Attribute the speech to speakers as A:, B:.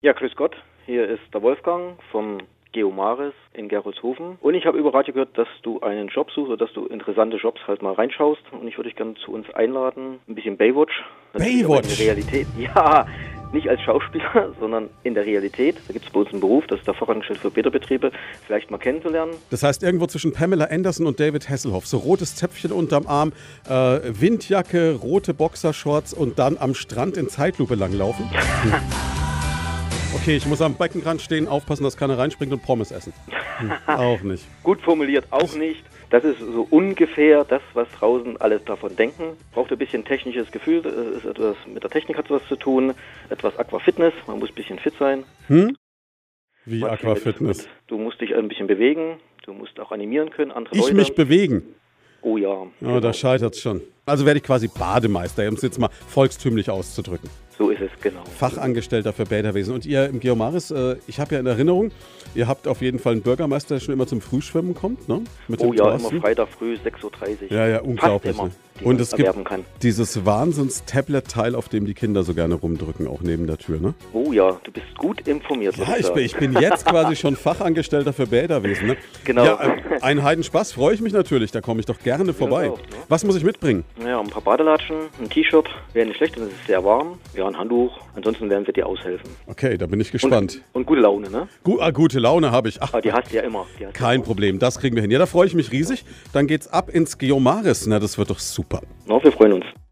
A: Ja, grüß Gott. Hier ist der Wolfgang vom Geomaris in Gerolzhofen. Und ich habe über Radio gehört, dass du einen Job suchst oder dass du interessante Jobs halt mal reinschaust. Und ich würde dich gerne zu uns einladen. Ein bisschen Baywatch. Natürlich aber
B: Baywatch?
A: In der Realität. Ja, nicht als Schauspieler, sondern in der Realität. Da gibt es bei uns einen Beruf, das ist der Fachangestellte für Bäderbetriebe. Vielleicht mal kennenzulernen.
B: Das heißt, irgendwo zwischen Pamela Anderson und David Hasselhoff. So rotes Zäpfchen unterm Arm, äh, Windjacke, rote Boxershorts und dann am Strand in Zeitlupe langlaufen. Hm. Okay, ich muss am Beckenrand stehen, aufpassen, dass keiner reinspringt und Pommes essen. Hm, auch nicht.
A: Gut formuliert auch nicht. Das ist so ungefähr das, was draußen alles davon denken. Braucht ein bisschen technisches Gefühl. Es ist etwas mit der Technik hat was zu tun. Etwas Aquafitness. Man muss ein bisschen fit sein.
B: Hm? Wie
A: Man
B: Aquafitness.
A: findet- Du musst dich ein bisschen bewegen. Du musst auch animieren können. Andere
B: Ich
A: Leute.
B: mich bewegen.
A: oh ja.
B: Ja, da scheitert's schon. Also werde ich quasi Bademeister, um es jetzt mal volkstümlich auszudrücken.
A: so ist es genau.
B: Fachangestellter für Bäderwesen. Und ihr im Geomaris, äh, ich habe ja in Erinnerung, ihr habt auf jeden Fall einen Bürgermeister, der schon immer zum Frühschwimmen kommt, ne? Mit
A: Oh
B: dem
A: ja,
B: Thorsten.
A: immer Freitag früh 6.30 Uhr.
B: Ja, ja, unglaublich.
A: Fast immer,
B: ne?
A: die
B: Und
A: man
B: es gibt
A: erwerben kann.
B: dieses Wahnsinns-Tablet-Teil, auf dem die Kinder so gerne rumdrücken, auch neben der Tür, ne?
A: Oh ja, du bist gut informiert.
B: Ja,
A: würde
B: ich bin, ich bin jetzt quasi schon Fachangestellter für Bäderwesen, ne?
A: Genau.
B: Ja, äh, ein Heidenspaß, freue ich mich natürlich, da komme ich doch gerne vorbei.
A: auch, ne?
B: Was muss ich mitbringen?
A: Ja, ein paar Badelatschen, ein T-Shirt. Wäre nicht schlecht, denn es ist sehr warm. Ja, ein Handtuch. Ansonsten werden wir dir aushelfen.
B: Okay, da bin ich
A: Und,
B: gespannt.
A: und gute Laune, ne?
B: Gu ah, gute Laune habe ich. Ach,
A: Ah, die hast du ja immer. Die hast du
B: Kein Problem, das kriegen wir hin. Ja, da freue ich mich riesig. Dann geht's ab ins Geomaris. Na, das wird doch super.
A: ja. Na, wir freuen uns.